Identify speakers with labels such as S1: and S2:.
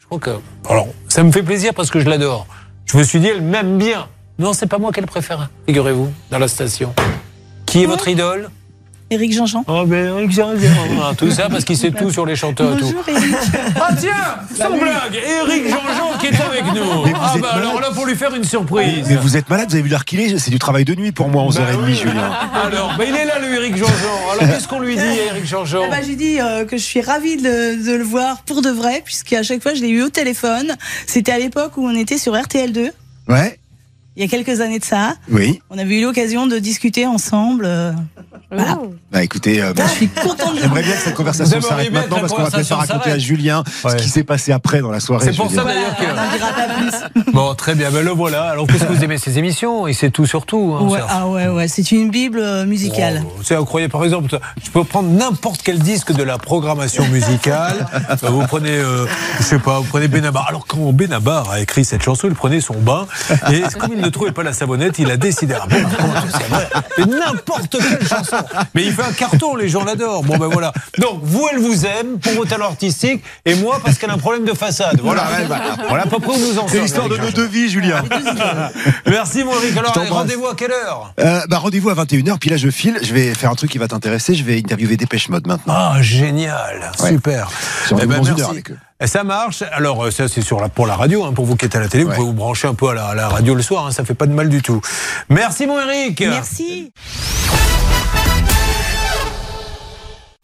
S1: Je crois que. Alors, ça me fait plaisir parce que je l'adore. Je me suis dit, elle m'aime bien. Non, c'est pas moi qu'elle préfère, figurez-vous, dans la station. Qui est votre idole
S2: Éric Jean-Jean.
S3: Ah,
S1: Oh,
S3: ben,
S1: mais Tout ça parce qu'il sait tout sur les chanteurs et tout.
S2: Bonjour Éric.
S1: Ah tiens, sans blague, Éric Jean-Jean qui est avec nous.
S3: Mais vous
S1: Ah
S3: êtes
S1: bah
S3: malade.
S1: alors là, pour lui faire une surprise.
S3: Mais vous êtes malade, vous avez vu l'heure qu'il est C'est du travail de nuit pour moi, 11h30,
S1: Bah oui.
S3: Julien.
S1: Alors, bah, il est là, le Éric Jean-Jean. Alors, qu'est-ce qu'on lui dit, à Éric Jean-Jean
S2: Eh
S3: Ah,
S2: ben, j'ai dit euh, que je suis ravie de, de le voir pour de vrai, puisqu'à chaque fois je l'ai eu au téléphone. C'était à l'époque où on était sur RTL2,
S3: Ouais
S2: il y a quelques années de ça.
S3: Oui.
S2: On avait eu l'occasion de discuter ensemble. euh, voilà.
S3: Bah écoutez, euh,
S2: Je suis contente de
S3: j'aimerais bien que cette
S1: Vous
S3: conversation
S1: aimeriez
S3: s'arrête
S1: bien
S3: maintenant
S1: que la
S3: parce qu'on va peut-être
S1: conversation
S3: pas raconter
S1: s'arrête.
S3: à Julien
S1: Ouais.
S3: ce qui s'est passé après dans la soirée.
S1: C'est pour
S3: Julien.
S1: ça d'ailleurs
S2: on n'en
S1: que.
S2: dira pas plus.
S1: Bon, très bien, ben le voilà. Alors, qu'est-ce que vous aimez ces émissions Il sait tout sur tout. hein,
S2: Ouais,
S1: ça.
S2: ah ouais, ouais, c'est une bible euh, musicale.
S1: Oh, C'est incroyable. Par exemple, je peux prendre n'importe quel disque de la programmation musicale. Euh, vous prenez, euh, je sais pas, vous prenez Benabar. Alors quand Benabar a écrit cette chanson, il prenait son bain et comme il ne trouvait pas la savonnette, il a décidé. Ah bon, comment ça, c'est vrai Mais n'importe quelle chanson. Mais il fait un carton, les gens l'adorent. Bon ben voilà. Donc vous, elle vous aime pour vos talents artistiques et moi parce qu'elle a un problème de façade. Voilà.
S3: Voilà, ouais, bah,
S1: Voilà à peu près où nous en sommes.
S3: C'est l'histoire de
S1: Eric
S3: nos
S1: Jean-Jean.
S3: deux vies, Julien.
S1: Merci mon Eric. Alors
S3: Je t'embrasse.
S1: rendez-vous à quelle heure
S3: Euh, bah, rendez-vous à 21h, puis là je file, je vais faire un truc qui va t'intéresser, je vais interviewer Dépêche Mode maintenant.
S1: Ah, génial,
S3: Ouais.
S1: super.
S3: Sur
S1: Eh
S3: une
S1: ben,
S3: bonne
S1: merci.
S3: heure avec eux.
S1: Et Ça marche. Alors euh, ça c'est sur la pour la radio. hein, pour vous qui êtes à la télé, vous
S3: Ouais.
S1: pouvez vous brancher un peu à la, à la radio le soir. hein, ça fait pas de mal du tout. Merci mon Eric.
S2: Merci.